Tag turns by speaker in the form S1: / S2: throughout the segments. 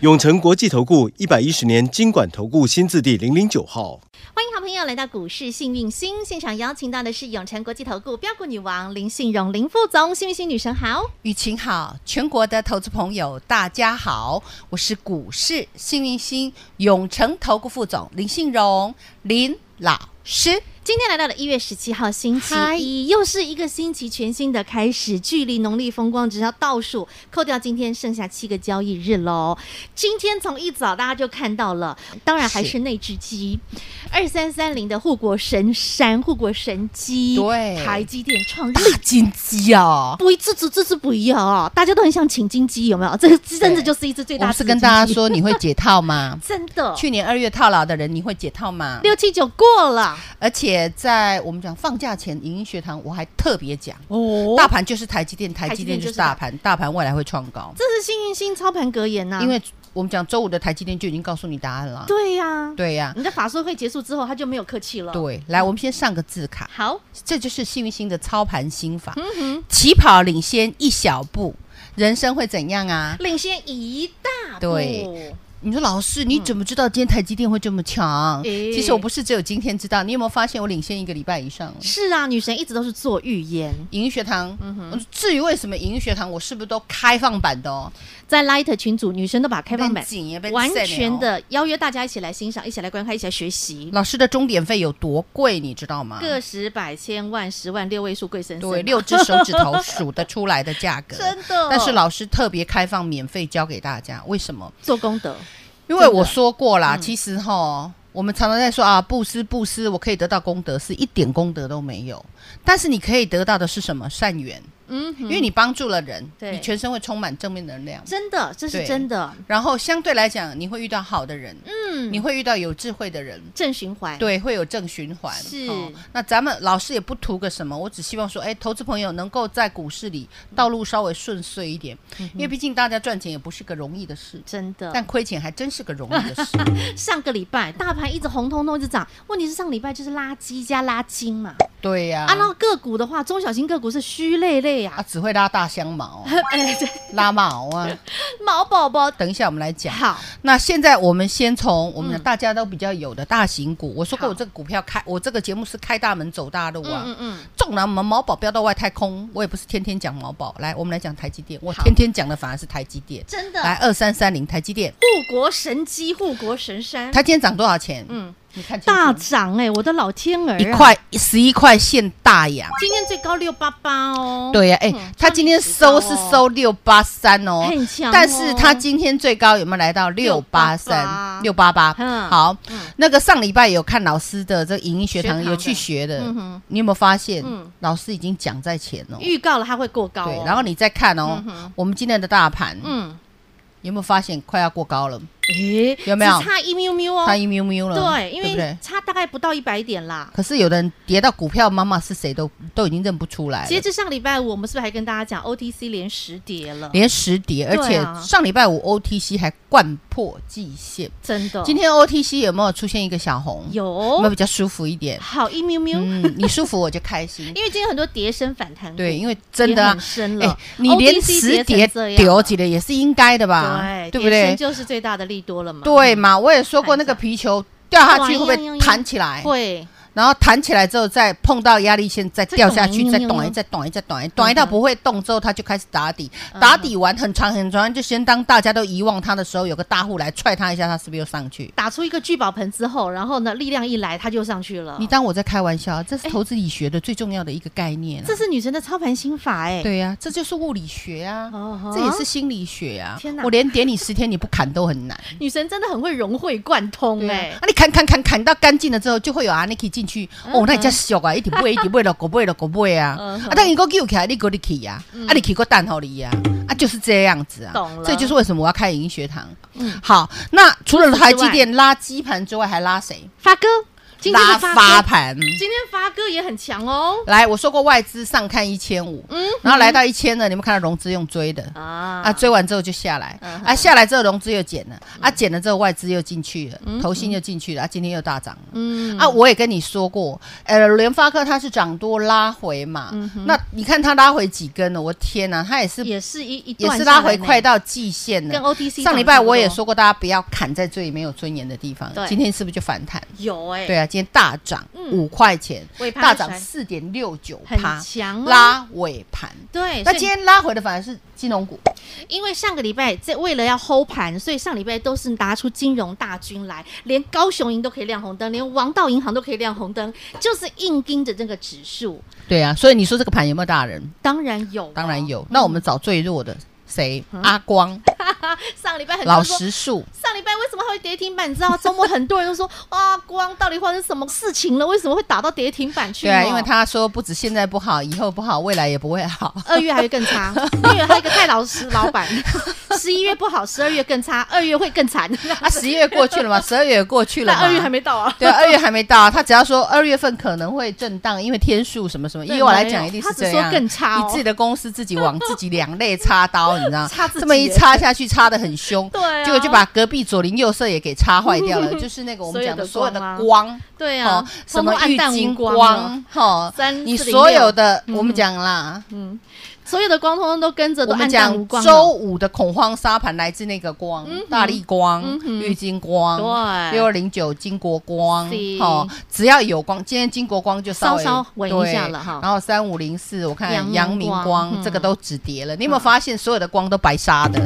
S1: 永诚国际投顾一百一十年经管投顾新字第零零九号，
S2: 欢迎好朋友来到股市幸运星现场，邀请到的是永诚国际投顾标股女王林信荣林副总，幸运星女神好。
S3: 雨晴好，全国的投资朋友大家好，我是股市幸运星永诚投顾副总林信荣林老师。
S2: 今天来到了一月十七号星期
S3: 嗨
S2: 一，又是一个星期全新的开始，距离农历风光只要倒数，扣掉今天剩下七个交易日喽。今天从一早大家就看到了，当然还
S3: 是
S2: 是那只鸡，二三三零的护国神山、护国神鸡，
S3: 对
S2: 台积电创
S3: 大
S2: 立
S3: 金鸡哦，
S2: 不一，这只这只不一样哦，大家都很想请金鸡，有没有？这个真的就是一只最
S3: 我
S2: 大
S3: 不
S2: 只
S3: 是
S2: 的
S3: 跟大家
S2: 金鸡，？
S3: 说你会解套 吗
S2: 哦真的，
S3: 去年二月套牢的人，你会解套吗？
S2: 六七九过了
S3: 而且在我们讲放假前，影音学堂我还特别讲，
S2: 哦
S3: 大盘就是台积电，台
S2: 积
S3: 积
S2: 电
S3: 电就
S2: 就是是它
S3: 大盘，大盘未来会创高，
S2: 这是幸运星操盘格言呐、
S3: 因为我们讲周五的台积电就已经告诉你答案了。
S2: 啊对呀、
S3: 对呀、
S2: 你的法说会结束之后，他就没有客气了。，
S3: 对，来，我们先上个字卡。
S2: 好，
S3: 这就是幸运星的操盘心法。
S2: 嗯哼，
S3: 起跑领先一小步，人生会怎样啊？
S2: 领先一大步。
S3: 对，你说老师，你怎么知道今天台积电会这么强？
S2: 嗯诶
S3: 其实我不是只有今天知道，你有没有发现我领先一个礼拜以上？
S2: 是啊，女神一直都是做预言，
S3: 影音学堂，
S2: 嗯
S3: 至于为什么影音学堂，我是不是都开放版的哦？
S2: 在 Light 群组，女神都把开放版
S3: 被紧也被
S2: 完
S3: 塞了哦
S2: 全。的邀约大家一起来欣赏，一起来观看，一起来学习。
S3: 老师的钟点费有多贵，你知道吗？
S2: 个十百千万十万六位数贵生生啊
S3: 对，六只手指头数得出来的价格。
S2: 真的哦
S3: 但是老师特别开放，免费教给大家，为什么？
S2: 做功德，
S3: 因为我说过啦，
S2: 嗯
S3: 其实哈，我们常常在说啊，布施布施，我可以得到功德，是一点功德都没有。但是你可以得到的是什么？善缘，
S2: 嗯哼，
S3: 因为你帮助了人，
S2: 对
S3: 你全身会充满正面能量。
S2: 真的这是
S3: 对
S2: 真的，
S3: 然后相对来讲，你会遇到好的人，嗯，你会遇到有智慧的人，
S2: 正循环。，
S3: 对，会有正循环。哦
S2: 是
S3: 那咱们老师也不图个什么，我只希望说，哎，投资朋友能够在股市里道路稍微顺遂一点，因为毕竟大家赚钱也不是个容易的事，
S2: 真嗯的。
S3: 但亏钱还真是个容易的事。
S2: 上个礼拜大盘一直红彤彤一直涨，问题是上礼拜就是垃圾加拉筋嘛。
S3: 对呀、
S2: 啊，然后个股的话，中小型个股是虚累累
S3: 啊，
S2: 啊，
S3: 只会拉大香毛，
S2: 哎，对，
S3: 拉毛啊。
S2: 毛宝宝。
S3: 等一下我们来讲。
S2: 好，
S3: 那现在我们先从我们的
S2: 嗯
S3: 大家都比较有的大型股，我说过
S2: 好
S3: 我这个股票开，我这个节目是开大门走大路啊。
S2: 嗯嗯嗯，
S3: 纵然我们毛宝飙到外太空，我也不是天天讲毛宝。来，我们来讲台积电，我
S2: 好
S3: 天天讲的反而是台积电。
S2: 真
S3: 来，
S2: 的，
S3: 二三三零台积电，
S2: 护国神机，护国神山，
S3: 它今天涨多少钱？
S2: 嗯，
S3: 你看清楚
S2: 大涨哎，我的老天儿啊！
S3: 一，块十一块现大洋。
S2: 今天最高六八八哦。
S3: 对呀、哎、
S2: 嗯
S3: 它今天收是，
S2: 哦
S3: 收六八三哦，
S2: 很强哦
S3: 但是它今天最高有没有来到六八三、六八八
S2: 嗯？
S3: 好
S2: 嗯，
S3: 那个上礼拜有看老师的这个影音学
S2: 学
S3: 堂
S2: 堂的
S3: 有去学的
S2: 嗯哼，
S3: 你有没有发现
S2: 嗯
S3: 老师已经讲在前
S2: 超
S3: 哦
S2: 强？预告了它会过高哦。
S3: 对，然后你再看哦
S2: 嗯哼，
S3: 我们今天的大盘
S2: 嗯，
S3: 有没有发现快要过高了？
S2: 诶，
S3: 有没有
S2: 只差一喵喵哦？
S3: 它一喵喵了，
S2: 对，因
S3: 不对
S2: 为？差大概不到一百点啦。
S3: 可是有的人跌到股票妈妈是谁都都已经认不出来
S2: 截
S3: 了。
S2: 至上礼拜五，我们是不是还跟大家讲 OTC 连十跌了？
S3: 连十跌，而
S2: 对
S3: 且
S2: 啊
S3: 上礼拜五 OTC 还灌破季线，
S2: 真的，
S3: 今天 OTC 有没有出现一个小红？，有没有
S2: 哦有
S3: 比较舒服一点？
S2: 好一喵喵，因
S3: 嗯，你舒服我就 开心。
S2: 为今天很多跌升反弹股，
S3: 对，因为真的
S2: 跌
S3: 啊
S2: 很，深
S3: 哎、
S2: 了，
S3: 你连
S2: OTC 跌
S3: 十跌
S2: 成这样
S3: 丢几的也是应该的吧？
S2: 对
S3: 对不
S2: 跌升
S3: 对？
S2: 就是最大的利多了嘛，
S3: 对嘛，我也说过那个皮球掉下去会不
S2: 嗯哇呦呦
S3: 会
S2: 呦
S3: 弹起来？
S2: 会
S3: 然后弹起来之后再碰到压力线再掉下去，
S2: 再
S3: 再
S2: 咚
S3: 短
S2: 一
S3: 一
S2: 咚
S3: 再短一再短一，短一到不会动之后，它就开始打底，
S2: 嗯
S3: 打底完很长很长，就先当大家都遗忘它的时候，有个大户来踹它一下，它是不是又上去？
S2: 打出一个聚宝盆之后，然后呢，力量一来，它就上去了。
S3: 你当我在开玩笑，啊这是
S2: 哦哎
S3: 投资理学的最重要的一个概念、啊。
S2: 这是女神的操盘心法哎，
S3: 对呀、啊这就是物理学啊，
S2: 哦吼
S3: 这也是心理学啊。
S2: 天哪
S3: 我连点你十天你不 砍都很难。
S2: 女神真的很会融会贯通
S3: 对啊
S2: 哎，
S3: 啊，你砍砍砍砍到干净了之后，就会有 Aniki 进进去，哦，那你才俗啊，一直 买，一直买了，狗买了，狗买啊，
S2: 嗯哼嗯
S3: 啊，但你给救起来，你给你去啊，啊，你去个蛋好你啊，啊，就是这样子啊，
S2: 懂了
S3: 这就是为什么我要开影音学堂。
S2: 嗯
S3: 好，那除了
S2: 除此
S3: 台
S2: 之
S3: 积
S2: 外
S3: 电拉基盘之外，还拉谁？
S2: 发哥，今天
S3: 拉
S2: 的
S3: 发
S2: 发哥，
S3: 盘。
S2: 今天发哥也很强哦。
S3: 来，我说过外资上看一千五，
S2: 嗯
S3: 然后来到一千呢，你们看到融资用追的。
S2: 啊
S3: 啊，追完之后就下来，
S2: 嗯哼
S3: 啊，下来之后融资又减了，啊，减了之后外资又进去了，投信又进去了，啊，今天又大涨了。
S2: 嗯
S3: 啊，我也跟你说过，呃，联发科它是涨多拉回嘛，那你看它拉回几根了？我天哪、它也
S2: 嗯
S3: 是
S2: 啊也是一一
S3: 啊也
S2: 段
S3: 是
S2: 下
S3: 拉
S2: 来
S3: 回
S2: 呢
S3: 快到季线
S2: 跟
S3: 了。
S2: OTC
S3: 上礼
S2: 涨
S3: 拜
S2: 差不
S3: 我也
S2: 多
S3: 说过，大家不要砍在最没有尊严的地方
S2: 对。
S3: 今天是不是就反弹？
S2: 有哎，
S3: 对啊，今天大涨
S2: 嗯
S3: 五块钱
S2: 尾，盘
S3: 大
S2: 甩
S3: 涨四点六九
S2: 很
S3: 趴，
S2: 强哦
S3: 拉尾盘。
S2: 对，所
S3: 那
S2: 以
S3: 今天拉回的反而是金融股，
S2: 因为上个礼拜在为了要 hold 盘，所以上礼拜都是拿出金融大军来，连高雄银都可以亮红灯，连王道银行都可以亮红灯，就是硬盯着这个指数。
S3: 对啊，所以你说这个盘有没有大人？
S2: 当然有、哦
S3: 当然。有。那我们找最弱的谁？阿 光、
S2: 上礼拜很多
S3: 老
S2: 嗯人说。
S3: 实树。
S2: 上礼拜为什么它会跌停板？你知道周末很多人都说哇，光到底发生什么事情了？为什么会打到跌停板去哦
S3: 对
S2: 呢？
S3: 啊，因为他说不止现在不好，以后不好，未来也不会 好。
S2: 二月还会更 差，因为他一个太老实老板，十一月不好，十二月更差，二月会更惨。
S3: 啊，十一月过去了嘛，十二月也过去了
S2: 但
S3: 嘛，
S2: 二月还。没到啊。
S3: 对啊，二月还没到啊，他只要说二月份可能会震荡，因为天数什么什么，
S2: 对
S3: 以我来
S2: 没
S3: 讲
S2: 有
S3: 一定
S2: 他
S3: 是
S2: 只
S3: 这
S2: 说
S3: 样。
S2: 更差哦
S3: 你自己的公司自己往 自己两肋插刀，你知道？
S2: 插自己
S3: 这么一
S2: 耶
S3: 插下去，插的很凶，
S2: 对啊
S3: 结果就把隔壁左邻右舍也给插坏掉 了，就是那个我们讲的所
S2: 所
S3: 有
S2: 有的
S3: 的
S2: 光啊
S3: 光。
S2: 对
S3: 哦
S2: 啊，，
S3: 什么
S2: 通通
S3: 郁
S2: 暗淡
S3: 金
S2: 无光啊哦了
S3: 光，哈
S2: 3406
S3: 你所有的我
S2: 嗯
S3: 们讲啦，
S2: 所有的光通通都跟着
S3: 我
S2: 都
S3: 们
S2: 暗淡无
S3: 讲
S2: 光了。啊哦嗯
S3: 周五的恐慌沙盘来自那个光，大力光、郁金光，
S2: 对
S3: 六二零九金国光
S2: 是，
S3: 哦，只要有光，今天金国光就稍微
S2: 稍稍稳一
S3: 对
S2: 下了哈
S3: 然后三五零四，我看
S2: 阳明
S3: 阳明
S2: 光
S3: 光
S2: 嗯
S3: 这个都止跌了，你有没有发现所有的光都白杀的？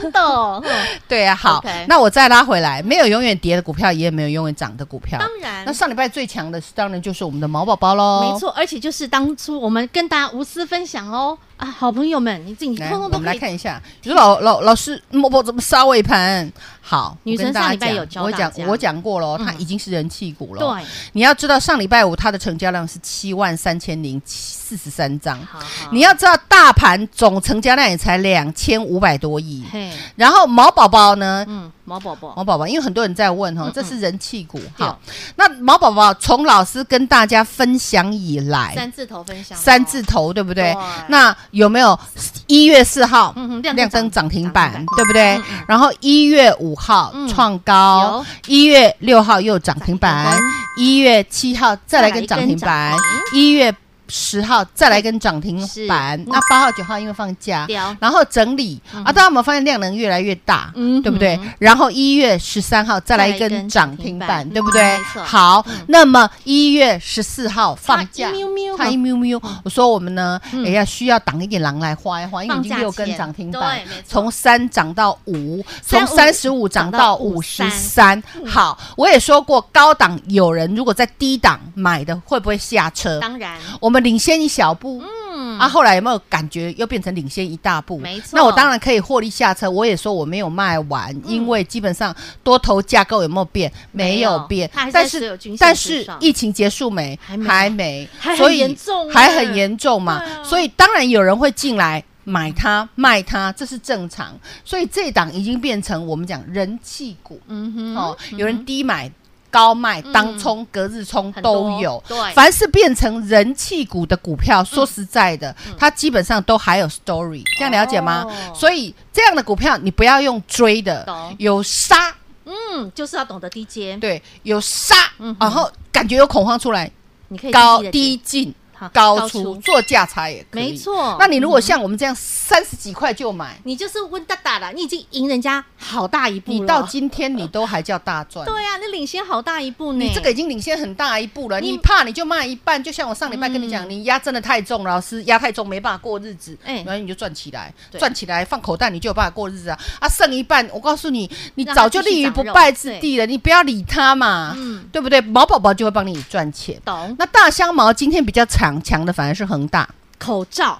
S2: 真的哦， 哼
S3: 对啊，好
S2: OK，
S3: 那我再拉回来，没有永远跌的股票，也没有永远涨的股票。
S2: 当然
S3: 那。上礼拜最强的是当然就是我们的毛宝宝喽，
S2: 没错，而且就是当初我们跟大家无私分享哦啊，好朋友们，你自己
S3: 来，
S2: 通通
S3: 我
S2: 都
S3: 们
S2: 可
S3: 来
S2: 以。
S3: 看一下，比如老老老师，我我怎么杀尾盘？好，
S2: 女神
S3: 我跟大家
S2: 上礼拜
S3: 讲
S2: 有教
S3: 我
S2: 大
S3: 讲
S2: 家
S3: 我讲过了哦，它
S2: 嗯
S3: 已经是人气股了。哦
S2: 对，
S3: 你要知道上礼拜五它的成交量是七万三千零四十三张，
S2: 好好，
S3: 你要知道大盘总成交量也才两千五百多亿，
S2: 嘿，
S3: 然后毛宝宝呢？
S2: 嗯，毛宝宝，
S3: 毛宝宝，因为很多人在问哈
S2: 嗯，
S3: 这是人气股。
S2: 对
S3: 好，那毛宝宝从老师跟大家分享以来，
S2: 三字头分享，
S3: 三字，头，对不对？
S2: 对
S3: 那有没有一月四号
S2: 嗯哼，
S3: 亮灯涨停
S2: 涨
S3: 板
S2: 停，
S3: 对不对
S2: 嗯嗯？
S3: 然后一月五号
S2: 嗯
S3: 创高，一月六号又涨停板
S2: 涨停板，
S3: 一月七号再来根
S2: 再来
S3: 涨
S2: 一
S3: 停
S2: 根
S3: 板
S2: 涨，
S3: 一月十号再来根涨停板
S2: 是。
S3: 那八号、九号因为放假
S2: 聊，
S3: 然后整理啊，大家有没有发现量能越来越大，
S2: 嗯哼
S3: 对不对？然后一月十三号再来一
S2: 再来一
S3: 根
S2: 根
S3: 涨
S2: 涨
S3: 停
S2: 停
S3: 板，
S2: 板
S3: 对不对
S2: 嗯没？错
S3: 好，那么一月十四号放假
S2: 差一，嗯咪咪
S3: 差一喵喵。我说我们呢，哎呀，需要挡一点狼来花一花，因为已
S2: 放
S3: 经
S2: 假
S3: 六根
S2: 前
S3: 涨停板
S2: 嗯对没错，
S3: 从三涨到五，从
S2: 三
S3: 三十五涨
S2: 涨
S3: 到
S2: 到
S3: 五十三
S2: 53。
S3: 好，我也说过，高档有人如果在低档买的，会不会下车？
S2: 当然，
S3: 我们领先一小步，
S2: 嗯，
S3: 啊，后来有没有感觉又变成领先一大步？
S2: 没错嗯
S3: 那我当然可以获利下车。我也说我没有卖完，因为基本上多头架构有没有变？没
S2: 没有
S3: 有变
S2: 它还，是
S3: 但
S2: 在所有均线
S3: 但
S2: 之
S3: 是
S2: 上
S3: 疫情结束没？
S2: 还没
S3: 没
S2: 还很
S3: 所以
S2: 严重
S3: 还
S2: 欸
S3: 很严重嘛
S2: 对。啊
S3: 所以当然有人会进来。买它卖它，这是正常，所以这档已经变成我们讲人气股，
S2: 嗯哼，
S3: 哦，有人低买。高卖、当冲、隔日冲
S2: 很多
S3: 都有，
S2: 嗯对嗯
S3: 凡是变成人气股的股票，说实在的，它基本上都还有 story，这样了解吗？
S2: 哦
S3: 所以这样的股票你不要用追的
S2: 懂，
S3: 有杀，
S2: 嗯，就是要懂得低阶，
S3: 对，有杀，
S2: 嗯哼
S3: 然后感觉有恐慌出来，
S2: 你可以
S3: 高
S2: 自己的
S3: 低
S2: 解
S3: 进
S2: 好。
S3: 高
S2: 高
S3: 出
S2: 出
S3: 做价差也可以，
S2: 没错嗯
S3: 那你如果像我们这样三十几块就买，
S2: 你就是温大大了，你已经赢人家好大一步了。
S3: 你到今天你都还叫大赚，
S2: 对啊，你领先好大一步呢。
S3: 你这个已经领先很大一步了，
S2: 你嗯
S3: 你怕你就卖一半，就像我上礼拜跟你讲，你压真的太重了，老师压太重没办法过日子，
S2: 哎
S3: 然后你就赚起来，
S2: 对
S3: 赚起来放口袋，你就有办法过日子啊！啊，剩一半，我告诉你，你
S2: 让它
S3: 早就立于不败之地了，你不要理他嘛，
S2: 嗯
S3: 对不对？毛宝宝就会帮你赚钱。
S2: 懂
S3: 那大香毛今天比较强强的反而是恒大，
S2: 口罩，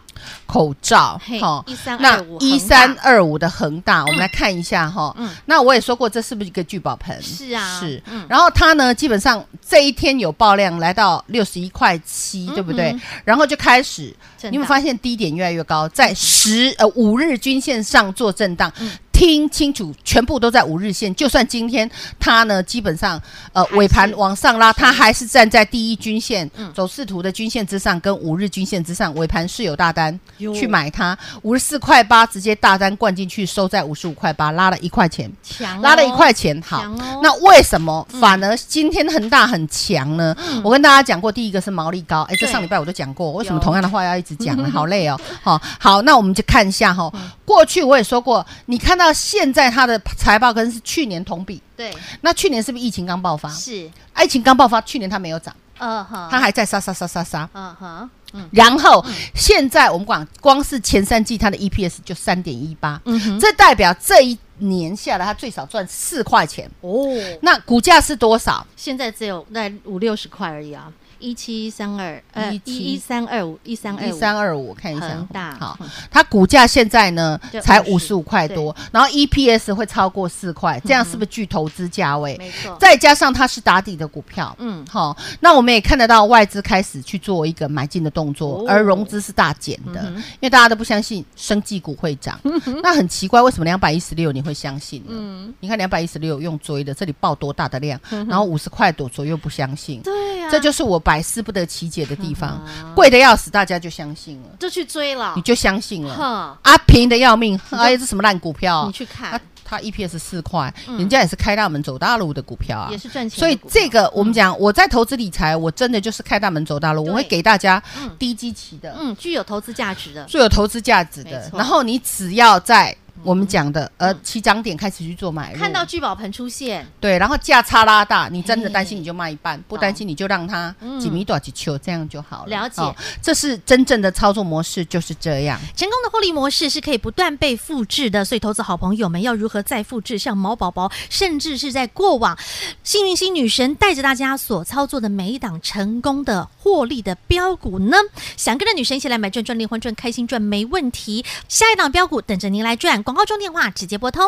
S3: 口罩
S2: 嘿，
S3: 好，
S2: 1325
S3: 那
S2: 恒大
S3: 一三二五的恒大，我们来看一下哈
S2: 嗯。
S3: 那我也说过，这是不是一个聚宝盆？
S2: 是啊
S3: 是
S2: 嗯。
S3: 然后它呢，基本上这一天有爆量，来到六十一块七，对不对
S2: 嗯？
S3: 然后就开始，
S2: 震荡嗯
S3: 你有没有发现低点越来越高，在十呃五日均线上做震荡？听清楚，全部都在五日线。就算今天它呢，基本上呃
S2: 还是
S3: 尾盘往上拉，它还是站在第一均线、
S2: 嗯
S3: 走势图的均线之上，跟五日均线之上。尾盘是有大单
S2: 哟
S3: 去买它，五十四块八直接大单灌进去，收在五十五块八，拉了一块钱。
S2: 强哦
S3: 拉了一块钱，好
S2: 强哦，
S3: 那为什么反而今天恒大很强呢？我跟大家讲过，第一个是毛利高，哎，
S2: 嗯
S3: 这
S2: 对
S3: 上礼拜我都讲过，为什么
S2: 有
S3: 同样的话要一直 讲呢？好累哦，好，好，那我们就看一下哈，
S2: 嗯
S3: 过去我也说过，你看到现在它的财报跟是去年同比，
S2: 对
S3: 那去年是不是疫情刚爆发？
S2: 是，
S3: 啊疫情刚爆发，去年它没有涨，
S2: 嗯哼，
S3: 它还在杀杀杀杀杀。
S2: 嗯哼，嗯
S3: 然后现在我们讲，光是前三季它的 EPS 就三点一八，
S2: 嗯哼，
S3: 这代表这一年下来它最少赚四块钱。
S2: 哦，
S3: 那股价是多少？
S2: 现在只有那五六十块而已啊，一七三二，呃，一一
S3: 17
S2: 三二五，一三二
S3: 一
S2: 五，
S3: 三二五，我看一下
S2: 恒。大，
S3: 好，
S2: 嗯
S3: 它股价现在呢
S2: 就
S3: 才
S2: 50
S3: 五十五块多，然后 EPS 会超过四块，这样是不是巨投资价位？
S2: 嗯没错，
S3: 再加上它是打底的股票，
S2: 嗯，
S3: 好、那我们也看得到外资开始去做一个买进的动作，
S2: 哦
S3: 而融资是大减的，
S2: 嗯哼嗯
S3: 因为大家都不相信生技股会涨，那很奇怪，为什么两百一十六你会相信呢？你看两百一十六用追的，这里爆多大的量，然后五十块多左右不相信，
S2: 嗯对啊呀，
S3: 这就是我百思不得其解的地方
S2: 嗯，
S3: 贵的要死，大家就相信了，
S2: 就去追了
S3: 你，就相信了。
S2: 哼，
S3: 啊，平的要命，哎呀，这什么烂股票啊
S2: 你？去看嗯
S3: 它，它 EPS 四块，人家也是开大门走大路的股票啊
S2: 也。是赚钱
S3: 所
S2: 的
S3: 以
S2: 股票，嗯
S3: 这个我们讲，我在投资理财，我真的就是开大门走大路，
S2: 对
S3: 我会给大家
S2: 嗯
S3: 低基期的、
S2: 嗯，具有投资价值的，
S3: 最有投资价值
S2: 没
S3: 的，
S2: 错嗯
S3: 然后你只要在我们讲的呃起涨点开始去做买入，
S2: 看到聚宝盆出现，
S3: 对，然后价差拉大，你真的
S2: 嘿
S3: 担心你就卖一半，不担心你就让它
S2: 嗯
S3: 几米短几球，这样就好了。
S2: 了解
S3: 哦这是真正的操作模式就是这样。
S4: 成功的获利模式是可以不断被复制的，所以投资好朋友们要如何再复制？像毛宝宝，甚至是在过往幸运星女神带着大家所操作的每一档成功的获利的标股呢？想跟着女神一起来买赚赚连环赚，开心赚没问题。下一档标股等着您来赚，广告中电话直接拨通。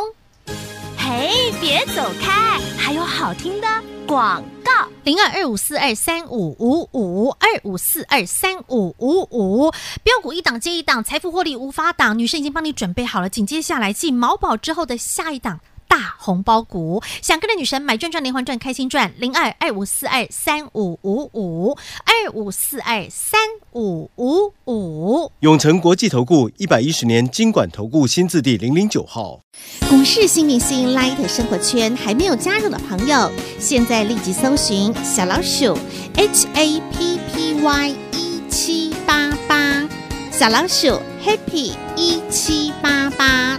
S5: 嘿，别走开，还有好听的广告。
S4: 零二二五四二三五五五二五四二三五五五，标股一档接一档，财富获利无法挡。女生已经帮你准备好了，紧接下来继毛宝之后的下一档。大红包股，想跟着女神买赚赚连环赚，开心赚零二二五四二三五五五二五四二三五五五。
S1: 永诚国际投顾一百一十年金管投顾新字第零零九号。
S6: 股市新明星 Light 生活圈还没有加入的朋友，现在立即搜寻小老鼠 HAPPY 一 E 七八八，小老鼠 Happy 一七八八，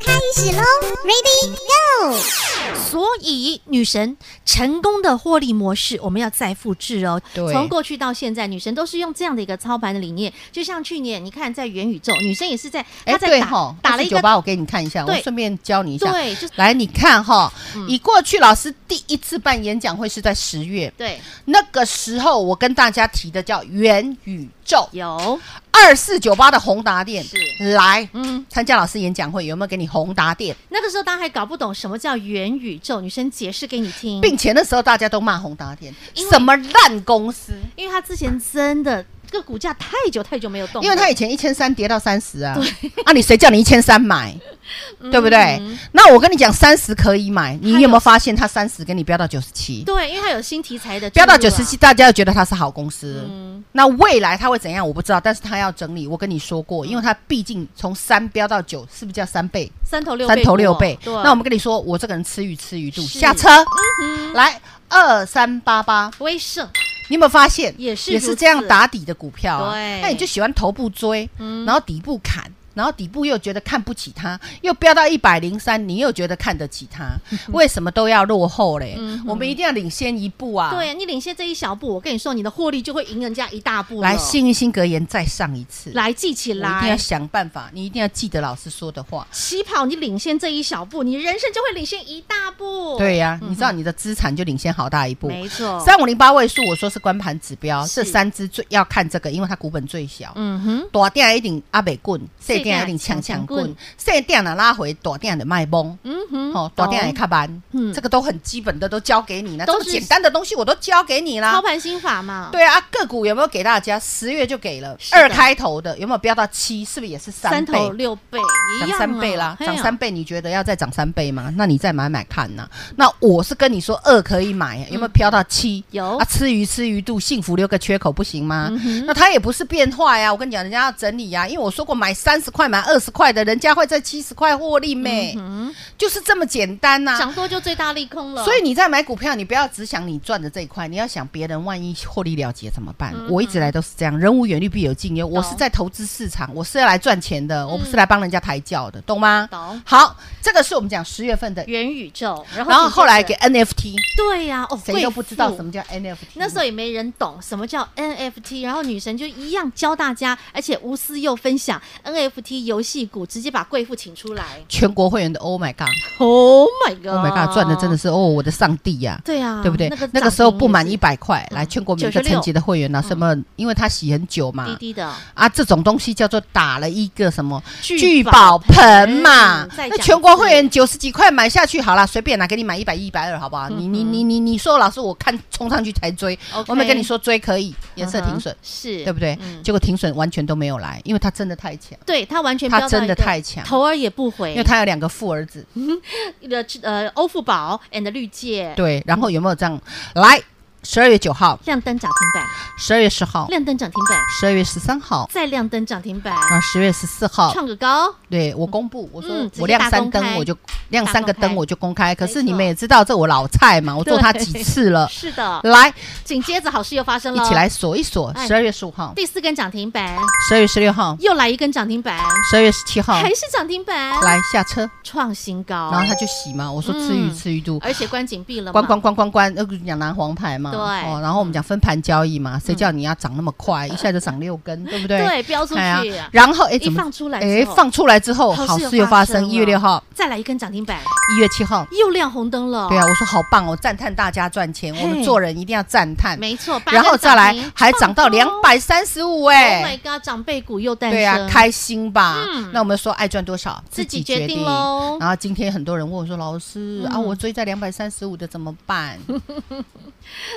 S5: 开始喽，Ready Go！
S4: 所以女神成功的获利模式，我们要再复制哦。
S3: 对
S2: 从过去到现在，女神都是用这样的一个操盘的理念，就像去年你看在元宇宙，女生也是在她
S3: 哎，
S2: 在
S3: 对
S2: 打
S3: 哈，
S2: 打了一
S3: 九
S2: 个
S3: 八，我给你看一下，我
S2: 对
S3: 顺便教你一下。
S2: 对，嗯就是
S3: 来，你看哈，以过去老师第一次办演讲会是在十月，
S2: 对
S3: 那个时候我跟大家提的叫元宇宙，
S2: 有
S3: 二四九八的宏达店
S2: 是
S3: 来
S2: 嗯，
S3: 参加老师演讲会，有没有给你宏达店？
S2: 那个时候大家还搞不懂什么叫元宇宙，女生解释给你听，
S3: 并且那时候大家都骂宏达店
S2: 嗯因为
S3: 什么烂公司，
S2: 因为她之前真的这个股价太久太久没有动了，
S3: 因为他以前一千三跌到三十啊，啊，你谁叫你一千三买，
S2: 嗯
S3: 对不对？那我跟你讲，三十可以买，你有没有发现它三十给你飙到九十七？
S2: 对，因为它有新题材的
S3: 飙到
S2: 注
S3: 九
S2: 入啊
S3: 十七，，大家又觉得它是好公司。
S2: 嗯
S3: 那未来它会怎样？我不知道，但是它要整理。我跟你说过，因为它毕竟从三飙到九，是不是叫三倍？
S2: 三头哦六
S3: 三头六
S2: 过
S3: 倍。
S2: 对，
S3: 那我们跟你说，我这个人吃鱼吃鱼肚，
S2: 是嗯
S3: 下车来二三八八。
S2: 威盛
S3: 你有没有发现
S2: 也是
S3: 也
S2: 如
S3: 是
S2: 此
S3: 这样打底的股票啊？
S2: 对嗯
S3: 那你就喜欢头部追，然后底部砍，然后底部又觉得看不起它，又飙到一百零三，你又觉得看得起 它，为什么都要落后嘞？
S2: 嗯哼
S3: 我们一定要领先一步啊！
S2: 对，你领先这一小步，我跟你说，你的获利就会赢人家一大步了。
S3: 来，幸运星格言再上一次，
S2: 来记起
S3: 我一定要
S2: 来，
S3: 想办法，你一定要记得老师说的话。
S2: 起跑你领先这一小步，你人生就会领先一大步。
S3: 对呀、你知道你的资产就领先好大一步。
S2: 嗯没错。
S3: 三五零八位数，我说是关盘指标，
S2: 是
S3: 这三只最要看这个，因为它股本最小。
S2: 嗯哼，
S3: 大店一定阿北棍，
S2: 小
S3: 小
S2: 店啊
S3: 店一定强强
S2: 强强
S3: 棍，小店啊拉回，大店的卖崩，
S2: 嗯哼，
S3: 哦，大店也
S2: 懂
S3: 看板
S2: 嗯，
S3: 这个都很基本的，都教给你了，
S2: 都
S3: 这
S2: 是
S3: 么简单的东西我都教给你
S2: 操
S3: 啦。
S2: 盘心法嘛。，
S3: 对啊，啊个股有没有给大家？十月就给了
S2: 是的
S3: 二开头的，有没有飙到七？是不是也是
S2: 三
S3: 三
S2: 头
S3: 倍？
S2: 六倍一
S3: 涨
S2: 样
S3: 三
S2: 啊
S3: 倍啦，
S2: 嘿
S3: 涨
S2: 啊
S3: 三倍，你觉得要再涨三倍吗？那你再买买看呐、那我是跟你说二可以买，有没有飘到七、
S2: 嗯有嗯
S3: 啊，吃鱼吃鱼肚，幸福留个缺口不行吗？那它也不是变坏啊呀、我跟你讲，人家要整理呀、啊因为我说过买三十块买二十块的，人家会在七十块获利没、
S2: 嗯
S3: 就是这么简单啊呐、
S2: 涨多就最大利空了。
S3: 所以你在买股票，你不要只想你赚的这一块，你要想别人万一获利了结怎么办？
S2: 嗯
S3: 我一直来都是这样，人无远虑必有近忧。我是在投资市场，我是要来赚钱的，我不是来帮人家抬轿的，懂吗？
S2: 嗯懂
S3: 好，这个是我们讲十月份的，
S2: 元宇宙，然后
S3: 然后
S2: 紧接
S3: 后来
S2: 着
S3: 给 NFT，
S2: 对呀、哦，
S3: 谁都不知道
S2: 贵妇
S3: 什么叫 NFT。
S2: 那时候也没人懂什么叫 NFT，然后女神就一样教大家，而且无私又分享 NFT 游戏股，直接把贵妇请出来。
S3: 全国会员的 Oh my God，Oh
S2: Oh my god！Oh
S3: my God，赚的真的是哦，我的上帝呀！
S2: 对啊，
S3: 对不对
S2: 那个？
S3: 那个时候
S2: 涨停
S3: 不满
S2: 也
S3: 一
S2: 是
S3: 百块，来
S2: 嗯
S3: 全国每个
S2: 96
S3: 层级的会员拿什么？因为他洗很久嘛，
S2: 嗯滴滴的，
S3: 啊，这种东西叫做打了一个什么
S2: 聚
S3: 聚
S2: 宝
S3: 宝盆嘛
S2: 盆？嗯再
S3: 那
S2: 讲
S3: 全国会
S2: 一次
S3: 员九十几块买下去好了，随便拿给你买一百一百二，好不好？你你你你你说老师，我看冲上去才追，
S2: 嗯 OK
S3: 我没跟你说追可以，颜色停损
S2: 嗯哼，是
S3: 对不对？
S2: 嗯
S3: 结果停损完全都没有来，因为它真的太强，
S2: 对他完全
S3: 它
S2: 飙到
S3: 真
S2: 一
S3: 的
S2: 个
S3: 太强
S2: 头儿也不回，
S3: 因为它有两个富儿子，
S2: 呃呃欧富宝 and 绿界
S3: 对。然后有没有这样来？十二月九号，
S2: 亮灯涨停板，
S3: 十二月十号，
S2: 亮灯涨停板，
S3: 十二月十三号，
S2: 再亮灯涨停板，
S3: 啊，十月十四号，
S2: 创个高，
S3: 对我公布，我说
S2: 嗯直接
S3: 我亮
S2: 大
S3: 三
S2: 公
S3: 灯
S2: 开
S3: 我就亮
S2: 大
S3: 三个
S2: 公开
S3: 灯我就公开，可
S2: 没
S3: 是你
S2: 错
S3: 们也知道这我老菜嘛，我做它几
S2: 对。
S3: 次了
S2: 是的，
S3: 来，
S2: 紧接着好事又发生了，
S3: 嗯一起来锁一锁，
S2: 哎
S3: 十二月十五号，
S2: 第四根涨停板，
S3: 十二月十六号，
S2: 又来一根涨停板，
S3: 十二月十七号，
S2: 还是涨停板，
S3: 来下车，
S2: 创新高，
S3: 然后他就洗嘛，我说吃鱼
S2: 嗯
S3: 吃鱼肚。
S2: 而且关紧闭了嘛，
S3: 关关关关关，呃，讲南黄牌嘛，
S2: 对嗯
S3: 哦，然后我们讲分盘交易嘛，谁叫你要涨那么快，一下就涨六根，对不对？
S2: 对飙出去啊
S3: 哎呀然后哎，
S2: 一
S3: 怎么
S2: 放出来之
S3: 哎
S2: 后
S3: 放出来之后，
S2: 好
S3: 好
S2: 事又
S3: 事又
S2: 发
S3: 发
S2: 生
S3: 生，一月
S2: 了
S3: 六号，
S2: 再来一根涨停板，
S3: 一月七号，
S2: 又亮红灯了，
S3: 对啊，，我说好棒哦，赞叹大家赚钱，我
S2: 嘿
S3: 们做人一定要赞叹，
S2: 没错，八
S3: 然后
S2: 根
S3: 再
S2: 涨
S3: 来
S2: 停
S3: 还涨到两。百三十五哎，
S2: Oh my god！长辈股又诞生，
S3: 对啊，开心吧？
S2: 嗯
S3: 那我们说爱赚多少
S2: 自己决定喽
S3: 然后今天很多人问我说，老师、啊，
S2: 嗯
S3: 我追在两百三十五的怎么办？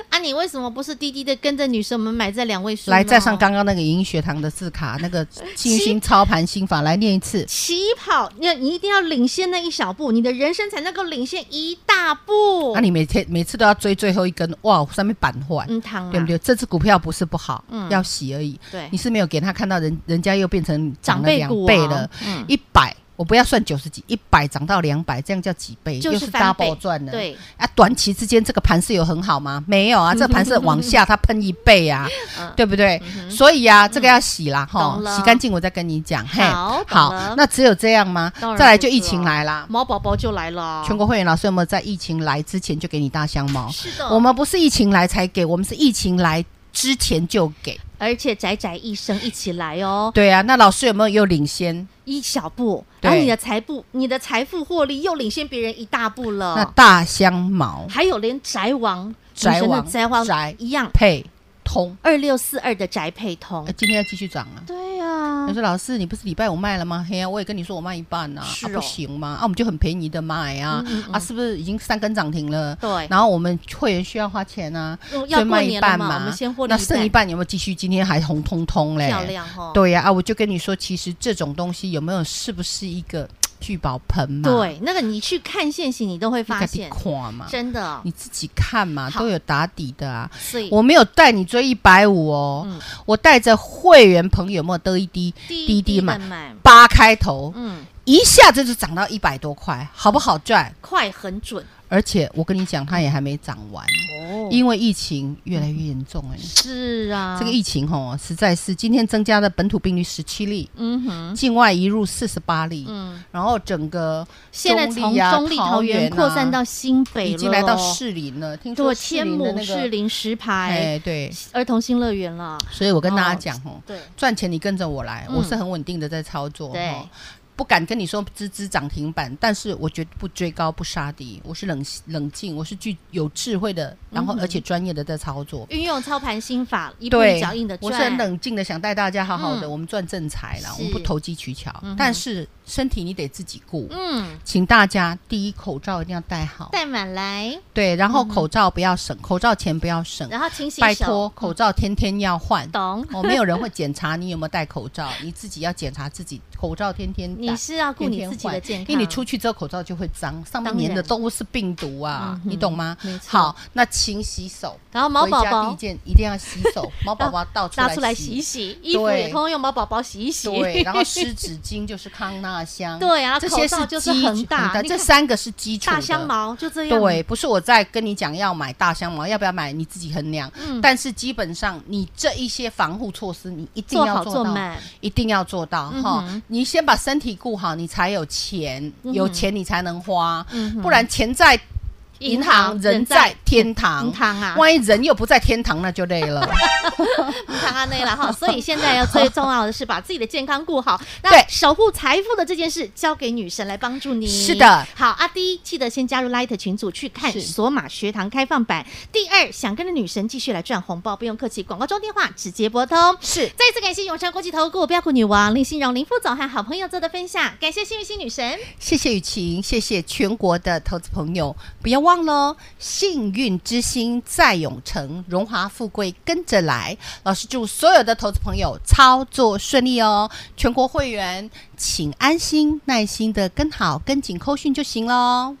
S2: 啊，你为什么不是滴滴的跟着女生们买在两位数呢？
S3: 来，再上刚刚那个银学堂的字卡，那个幸运星操盘心法来念一次。
S2: 起跑，你你一定要领先那一小步，你的人生才能够领先一大步。
S3: 那、啊你每天每次都要追最后一根，哇，上面板换。
S2: 嗯，糖啊
S3: 对不？对？这只股票不是不好，
S2: 嗯
S3: 要洗而已。
S2: 对
S3: 你是没有给他看到人，人家又变成
S2: 长
S3: 涨了
S2: 辈
S3: 两
S2: 股
S3: 倍
S2: 啊
S3: 了
S2: 嗯，
S3: 一百、我不要算九十几，一百涨到两百，这样叫几倍？
S2: 就
S3: 又
S2: 是
S3: 是
S2: 翻倍
S3: double 赚了。
S2: 对
S3: 啊，短期之间这个盘势有很好吗？没 有啊，这个盘势往下它喷一倍啊，
S2: 嗯
S3: 对不对？所以啊，这个要洗啦，哈
S2: 懂了，
S3: 洗干净我再跟你讲。嘿
S2: 好懂了
S3: 好，那只有这样吗
S2: 当然？
S3: 再来
S2: 不
S3: 就疫
S2: 是
S3: 情
S2: 啊
S3: 来啦。
S2: 毛宝宝就来了，
S3: 全国会员老师有没有在疫情来之前就给你大香茅？
S2: 是的
S3: 我们不是疫情来才给，我们是疫情来之前就给。
S2: 而且宅宅一生一起来哦，
S3: 对啊，那老师有没有又领先？
S2: 一小步，
S3: 对
S2: 然后你的财富，你的财富获利又领先别人一大步
S3: 那
S2: 了。
S3: 大香茅
S2: 还有连宅王、女
S3: 宅
S2: 神的
S3: 王
S2: 宅王
S3: 宅
S2: 一样，
S3: 配通，
S2: 二六四二的宅配通
S3: 呃，今天要继续涨啊！
S2: 对呀
S3: 我，说老师，你不是礼拜五卖了吗？嘿呀、我也跟你说我卖一半呐、啊，
S2: 是哦
S3: 不行吗？啊，我们就很便宜的卖啊，
S2: 嗯嗯嗯
S3: 啊，是不是已经三根涨停了？
S2: 对
S3: 然后我们会员需要花钱啊，
S2: 嗯
S3: 所
S2: 要
S3: 以
S2: 过
S3: 卖
S2: 年
S3: 一
S2: 了
S3: 半
S2: 嘛，我们先获利
S3: 那剩一
S2: 半，
S3: 半有没有继续？今天还红彤彤嘞，
S2: 漂亮哦。
S3: 对呀、啊，我就跟你说，其实这种东西有没有是不是一个聚宝盆嘛？，
S2: 对，那个你去看现行，你都会发
S3: 自己
S2: 现，
S3: 看嘛，
S2: 真的
S3: 你自己看嘛，
S2: 好
S3: 都有打底的啊。
S2: 所以
S3: 我没有带你追一百五哦，
S2: 嗯
S3: 我带着会员朋友有没有得一滴
S2: 滴
S3: 滴
S2: 滴
S3: 滴
S2: 的
S3: 嘛，
S2: 买，
S3: 八开头。
S2: 嗯，
S3: 一下子就涨到一百多块，好不好赚？
S2: 快很准
S3: 而且我跟你讲，它也还没涨完，
S2: 哦，
S3: 因为疫情越来越严重哎、
S2: 是啊，
S3: 这个疫情吼，实在是今天增加的本土病例十七例，
S2: 嗯哼，
S3: 境外移入四十八例，
S2: 嗯，
S3: 然后整个
S2: 现在从
S3: 啊
S2: 中立桃园
S3: 啊
S2: 扩散到新北了，哦
S3: 已经来到士林了，听说
S2: 对
S3: 士
S2: 千
S3: 林的
S2: 亩
S3: 那
S2: 士
S3: 个
S2: 林石牌
S3: 哎对，
S2: 儿童新乐园了，
S3: 所以我跟大家
S2: 哦
S3: 讲吼，
S2: 对，
S3: 赚钱你跟着我来，
S2: 嗯
S3: 我是很稳定的在操作。
S2: 对
S3: 齁不敢跟你说只只涨停板，但是我绝不追高不杀低，我是冷冷静，我是具有智慧的，然后而且专业的在操作。
S2: 运用操盘心法，嗯一步一
S3: 对
S2: 脚印的，赚，
S3: 我是很冷静的，想带大家好好的，
S2: 嗯
S3: 我们赚正财啦，
S2: 是
S3: 我们不投机取巧
S2: 嗯哼，
S3: 但是身体你得自己顾。
S2: 嗯，
S3: 请大家第一口罩一定要戴好，
S2: 带满来，
S3: 对，然后口罩不要省，口罩钱不要省，
S2: 嗯然后勤洗
S3: 嗯拜托，
S2: 手，
S3: 口罩天天要换。
S2: 懂？
S3: 哦，没有人会检查你有没有戴口罩，你自己要检查自己口罩天天戴
S2: 你是要顾
S3: 天
S2: 你
S3: 天
S2: 自己的
S3: 换
S2: 健康，
S3: 因为你出去之后口罩就会脏，上面
S2: 当
S3: 粘的
S2: 然
S3: 都是病毒啊
S2: 嗯，哼
S3: 你懂吗
S2: 没？错
S3: 好，那勤洗手，
S2: 然后毛宝
S3: 回家第一
S2: 宝
S3: 件一定要洗手，毛宝宝倒出
S2: 拿
S3: 来
S2: 出来洗一。洗，衣服
S3: 对
S2: 也通通用毛宝宝洗一洗，
S3: 对，然 后湿纸巾就是康纳香，
S2: 对啊
S3: 这些
S2: 口罩
S3: 是
S2: 就是
S3: 基
S2: 恒大你
S3: 这
S2: 看
S3: 三个是基础的
S2: 大香茅就这样，
S3: 对，，不是我在跟你讲要买大香茅，要不要买你自己衡量。
S2: 嗯
S3: 但是基本上你这一些防护措施，你一定
S2: 做
S3: 要
S2: 好
S3: 做
S2: 做
S3: 到，
S2: 满，
S3: 一定要做到
S2: 嗯
S3: 哈、
S2: 哼
S3: 你先把身体顾好，你才有钱，
S2: 嗯哼
S3: 有钱你才能花，
S2: 嗯哼
S3: 不然钱在银行，人在天堂
S2: 银。行啊，
S3: 万一人又不在天堂，那就累了。
S2: 看看内了哈。所以现在要最重要的是把自己的健康顾 好，那
S3: 对
S2: 守护财富的这件事交给女神来帮助你。
S3: 是的，
S2: 好，阿第一记得先加入 Light 群组去看
S3: 是
S2: 索马学堂开放版。第二，想跟着女神继续来赚红包，不用客气，广告中电话直接拨通。
S3: 是
S2: 再次感谢永昌国际投顾标股女王林心荣林副总和好朋友做的分享，感谢幸运星女神。
S3: 谢谢雨晴，谢谢全国的投资朋友，不要忘了哦，幸运之星在永城，荣华富贵跟着来。老师祝所有的投资朋友操作顺利哦，全国会员请安心耐心的跟好跟紧扣讯就行喽。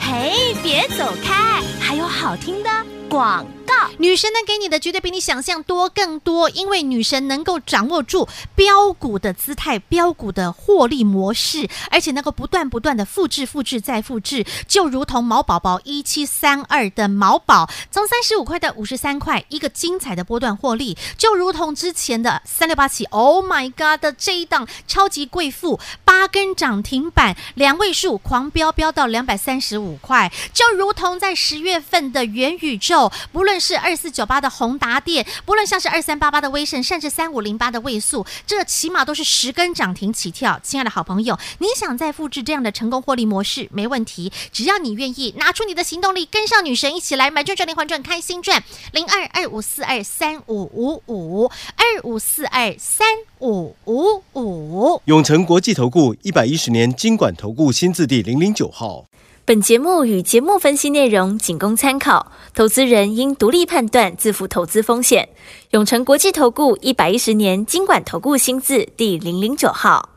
S5: 嘿，别走开，还有好听的广告。
S4: 女神能给你的绝对比你想象多更多，因为女神能够掌握住标股的姿态、标股的获利模式，而且能够不断不断的复制、复制再复制，就如同毛宝宝一七三二的毛宝，从三十五块到五十三块，一个精彩的波段获利，就如同之前的三六八七，Oh my God 的这一档超级贵妇八根涨停板，两位数狂飙飙到两百三十五块，就如同在十月份的元宇宙，不论是二四九八的宏达电，不论像是二三八八的威盛，甚至三五零八的位数，这起码都是十根涨停起跳。亲爱的好朋友，你想再复制这样的成功获利模式，没问题，只要你愿意拿出你的行动力，跟上女神一起来买赚赚连环赚，开心赚零二二五四二三五五五二五四二三五五五。
S1: 永诚国际投顾一百一十年金管投顾新字第零零九号。
S7: 本节目与节目分析内容仅供参考，投资人应独立判断，自负投资风险。永诚国际投顾一百一十年经管投顾新字第零零九号。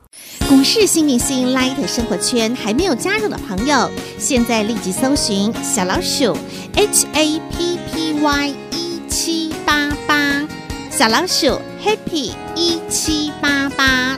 S6: 股市新明星 Light 生活圈还没有加入的朋友，现在立即搜寻小老鼠 HAPPY 一 E 七八八，小老鼠 Happy 一七八八，